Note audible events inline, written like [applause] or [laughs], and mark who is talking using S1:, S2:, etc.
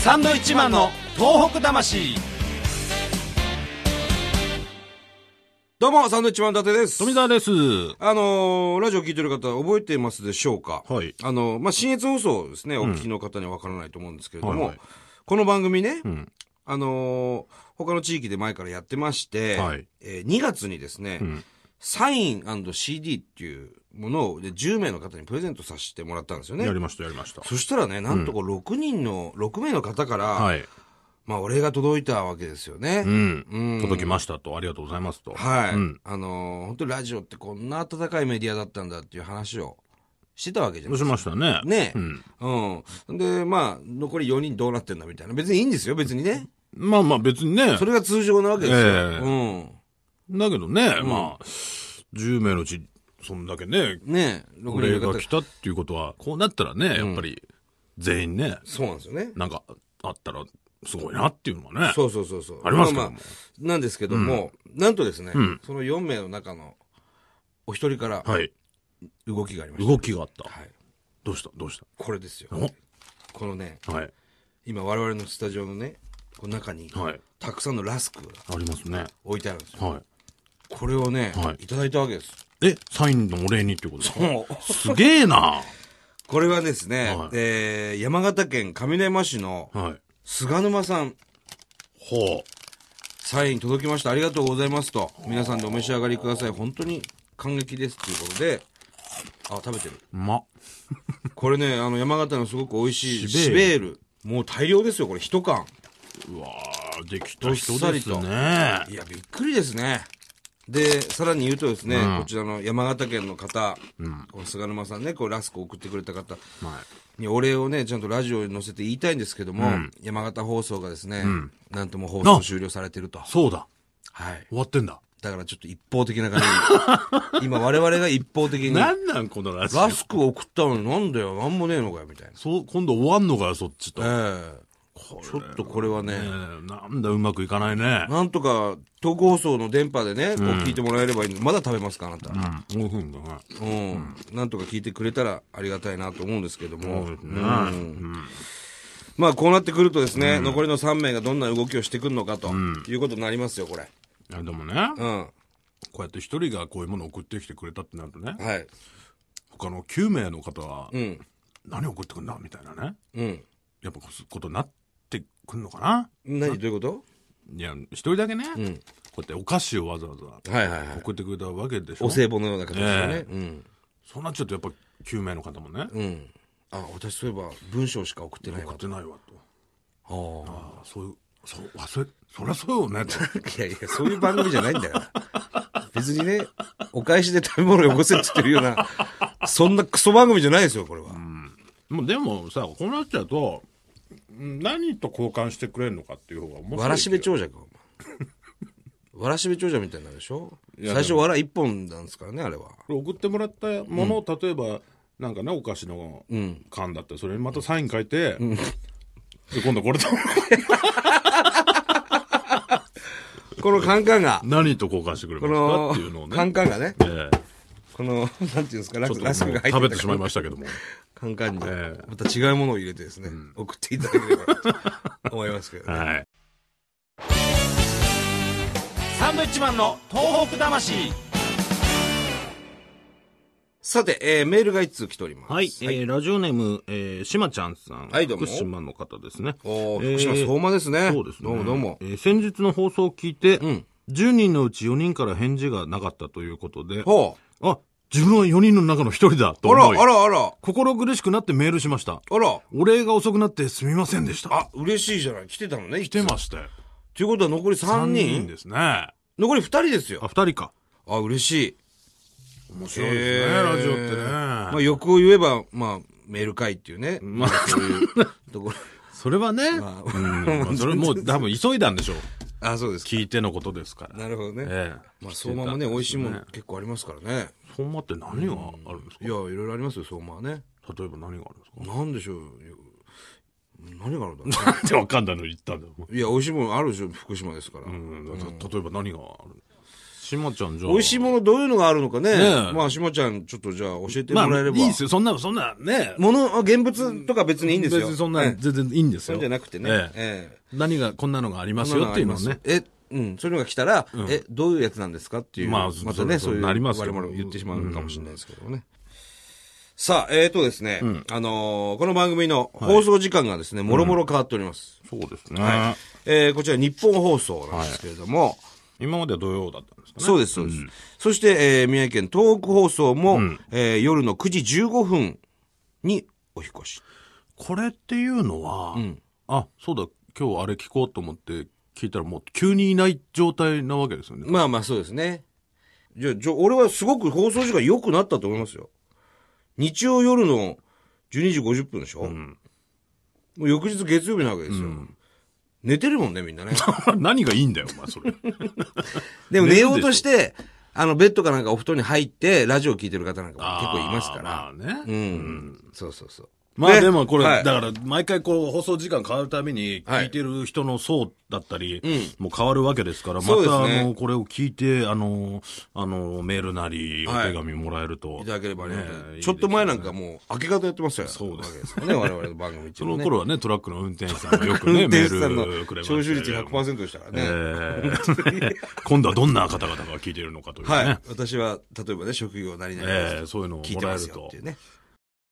S1: サンドイッチマンの東北魂
S2: どうも、サンドイッチマン伊達です。
S3: 富澤です。
S2: あのーラジオ聞いてる方覚えてますでしょうか
S3: はい
S2: あのーまあ、新越放送ですね、お聞きの方にはわからないと思うんですけれども、
S3: はいはい
S2: この番組ね、
S3: ん
S2: あのー他の地域で前からやってまして、
S3: はい
S2: えー2月にですね、
S3: ん
S2: サイン &CD っていうものをで10名の方にプレゼントさせてもらったんですよね
S3: や。りました、やりました。
S2: そしたらね、なんとこう6人の、6名の方から、
S3: はい。
S2: まあ、お礼が届いたわけですよね。
S3: うん。
S2: うん
S3: 届きましたと、ありがとうございますと。
S2: はい。
S3: うん
S2: あのー本当にラジオってこんな温かいメディアだったんだっていう話をしてたわけじゃない
S3: しましたね。
S2: ねえ
S3: うん。
S2: うん。で、まあ、残り4人どうなってんだみたいな。別にいいんですよ、別にね。
S3: まあまあ別にね。
S2: それが通常なわけですよ。
S3: ええ
S2: うん。
S3: だけどね、まあ、10名のうち、そんだけね、
S2: ねえ、
S3: お
S2: 6
S3: 礼
S2: 人の
S3: が
S2: 方
S3: 来。たっていうことは、こうなったらね、やっぱり、全員ね、
S2: そうなんですよね。
S3: なんかあったら、すごいなっていうのはね。
S2: そうそうそうそう。
S3: ありますけど
S2: ま
S3: も
S2: あまあ、なんですけども、なんとですね、その4名の中のお一人から
S3: はい。
S2: 動きがありました。
S3: 動きがあった。
S2: はい。
S3: どうしたどうし
S2: これですよ。
S3: お
S2: このね、
S3: たはい。
S2: 今我々のスタジオのね、この中に、
S3: はい
S2: たくさんのラスクが
S3: ありますね。
S2: 置いてあるんですよ。
S3: は
S2: これをね、
S3: はい
S2: い、ただいたわけです。
S3: い。え、サインのお礼にっていうことですか
S2: そう
S3: すげえな。
S2: これはですね、
S3: はい
S2: えー山形県上山市の
S3: はい。
S2: 菅沼さん、
S3: ほう。
S2: サイン届きました。ありがとうございますと。皆さんでお召し上がりください。本当に感激ですということで、あ、食べてる。
S3: うまっ。
S2: これね、あの、山形のすごく美味しい
S3: シ
S2: シ
S3: ベ
S2: ベール。もう大量ですよ、これ、一缶。
S3: うわーできた人
S2: どっさ
S3: で
S2: り
S3: す
S2: と
S3: ね。
S2: いや、びっくりですね。で、さらに言うとですね、こちらの山形県の方、この菅沼さんね、こうラスクを送ってくれた方、
S3: は
S2: にお礼をね、ちゃんとラジオに載せて言いたいんですけども、山形放送がですね、なんともう放送終了されてると
S3: い。。そうだ。
S2: はい。
S3: 終わってんだ。
S2: だからちょっと一方的な感じ [laughs] で。今我々が一方的に、ラ
S3: んなんこのラジ
S2: スクを送ったのになんだよ、なんもねえのかよ、みたいな。
S3: そう、今度終わんのかよ、そっちと。
S2: ええちょっとこれはね、
S3: えーなんだ、うまくいかないね。
S2: なんとか、東北放送の電波でね、こう聞いてもらえればいいのまだ食べますか、あなた。
S3: うん。おいしいんだね。
S2: うん。なんとか聞いてくれたらありがたいなと思うんですけども。うんまあ、こうなってくるとですね、残りの3名がどんな動きをしてくるのかと、いうことになりますよ、これ。
S3: いや、でもね、
S2: うん。は
S3: こうやって一人がこういうものを送ってきてくれたってなるとね、
S2: い。
S3: 他の9名の方は、
S2: うん。
S3: 何送ってくんだみたいなね。
S2: うん。
S3: やっぱこういうことになってくんのかな
S2: 何どういうこ
S3: いや、一人だけ
S2: ん
S3: ね、こうやってお菓子をわざわ
S2: と
S3: ざ
S2: はいはいはい。
S3: 送ってくれたわけでしょ。
S2: お歳暮のような形でね
S3: え。
S2: うん。
S3: そうなっちゃうとやっぱ9名の方もね、
S2: うん。あ、私そういえば文章しか送ってない
S3: 送
S2: わ
S3: っ。てないわと。
S2: あ
S3: ああ、そういう、そう、忘れ、そりゃそうよ [laughs] ねと。
S2: あ。 [laughs] いやいや、そういう番組じゃないんだから。別にね、お返しで食べ物よこせって言ってるような、そんなクソ番組じゃないですよ、これは。
S3: もうでもさ、こうなっちゃうと、ん何と交換してくれるのかっていう方が面白い。
S2: わらしべ長者か、お前わらしべ長者みたいになるでしょ
S3: いや
S2: 最初わら一本なんですからね、あれは。
S3: 送ってもらったものを、例えば、なんかね、お菓子の缶だったら、それにまたサイン書いて、で今度これ [laughs] と、
S2: このカンカンが、
S3: 何と交換してくれ
S2: こ
S3: ますか
S2: の
S3: っていうのを、ね。
S2: カンカンがね、
S3: ええ
S2: この、なんていうんですか、ラ
S3: ちょっ
S2: ス
S3: と
S2: ラスク
S3: も
S2: が入っ
S3: う
S2: て
S3: 食べてしまい
S2: し
S3: ましたけども。
S2: た。カンカンに、
S3: ええ
S2: また違うものを入れてですね、送っていただければと思いますけどね。
S3: はい。
S1: サンドイッチマンの東北魂
S2: さて、えーメールが一通来ております。
S3: はい、えーラジオネーム、えー、しまちゃんさん。
S2: はいどうも
S3: 福島の方ですね。
S2: おー
S3: えー
S2: 福島相馬ですね。
S3: そうですね。
S2: どうもどうも
S3: え。ー先日の放送を聞いて、
S2: ん
S3: 10人のうち4人から返事がなかったということで、
S2: ほ
S3: あ、自分は4人の中の1人だと
S2: う。あら、
S3: 思い、
S2: あら、あら、
S3: 心苦しくなってメールしました。
S2: あら。
S3: お礼が遅くなってすみませんでした。
S2: あ、嬉しいじゃない。来てたのね。来
S3: 来てましたよ。
S2: ということは残り3
S3: 3
S2: 人
S3: 人ですね。あ、
S2: 残り2人ですよ。
S3: 2人か。
S2: あ、嬉しい。
S3: 面白いですね、
S2: えー
S3: ラジオってね。
S2: まあ、欲を言えば、まあ、メール会っていうね。まあ、そういうところ。 [laughs]
S3: それはね、
S2: ま
S3: うんまあそれも
S2: [laughs]
S3: う多分急いだんでしょう。
S2: あ、そうですか。
S3: 聞いてのことですから。
S2: なるほどね。
S3: ええ
S2: まあ、相馬もね、美味しいも
S3: ね
S2: ん結構ありますからね。
S3: 相馬って何があるんですか
S2: いや、いろいろありますよ、相馬はね。
S3: 例えば何があるんですか
S2: なんでしょう。何があるんだろうね。
S3: [laughs] なんでわ [laughs] かんないの言ったんだよ。
S2: いや、美味しいもんあるでしょ、福島ですから。
S3: うん、た例えば何があるしまちゃんじゃあ
S2: 美味しいものどういうのがあるのかね。
S3: ねえ
S2: まあ、しもちゃん、ちょっとじゃあ教えて
S3: ま
S2: も
S3: あ
S2: らえれば。
S3: いいですよそんなそんなね
S2: もの、現物とか別にいいんですよ。
S3: 別にそんな
S2: え
S3: 全然いいんです
S2: えそ
S3: よ
S2: うじゃなくてね。
S3: ええ
S2: ええ
S3: 何がこんなのがあります
S2: そんな
S3: よっていうの
S2: あ
S3: を
S2: りま
S3: ね
S2: すえ、うん、そういうのが来たら、え、どういうやつなんですかっていう。
S3: まあ
S2: またね、
S3: そ
S2: そうういう。
S3: なりますけ
S2: 我
S3: ど
S2: 々も言ってしまうかもしれないですけどね。さあ、えっ、とですね、あのーこの番組の放送時間がですね、もろもろ変わっております。
S3: そうですね、
S2: えーこちら日本放送なんですけれども、
S3: 今までは土曜だったんですかね
S2: そうです、そうです。そして、えー宮城県東北放送も、えー夜の9時15分にお引越し。
S3: これっていうのは、あそうだ今日あれ聞こうと思って聞いたらもう急にいない状態なわけですよね、
S2: まあまあそうですね。じゃあ、じゃあ俺はすごく放送時間良くなったと思いますよ。日曜夜の12時50分でしょ、もう翌日月曜日なわけですよ。寝てるもんね、みん
S3: [laughs]
S2: なね。
S3: 何がいいんだよお前
S2: [laughs]
S3: それ
S2: でも
S3: 寝る
S2: 寝
S3: でしょ
S2: ようとして、あの、ベッドかなんかお布団に入って、ラジオ聞いてる方なんかも結構いますから。
S3: あーまあね、
S2: うん、そうそうそう。
S3: まあ
S2: ね
S3: でもこれ、
S2: はい
S3: だから毎回こう放送時間変わるたびに
S2: はい
S3: 聞いてる人の層だったり、
S2: う
S3: もう変わるわけですから、ま
S2: そうです
S3: たあ
S2: ね
S3: の、これを聞いて、あの、あの、メールなり、お
S2: はい
S3: 手紙もらえると。
S2: いただければありがたい
S3: ねえ
S2: ちょっと前なんかもう、明け方やってましたよ。
S3: そうです
S2: わけですよね、我々の番組中
S3: そ
S2: ね、
S3: の頃はね、トラックの運転手さんがよく
S2: [laughs] 運
S3: ね、メ
S2: 転手さん
S3: ールくれ
S2: の聴
S3: ました
S2: 取率
S3: よ
S2: 100%でしたからね。
S3: え
S2: [laughs]
S3: ー今度はどんな方々が聞いているのかというね。
S2: はい。私は、例えばね、職業何々です
S3: えーそういうのを
S2: 聞い
S3: も
S2: て
S3: ら
S2: ま
S3: え
S2: す
S3: る
S2: よ
S3: と
S2: っていうね。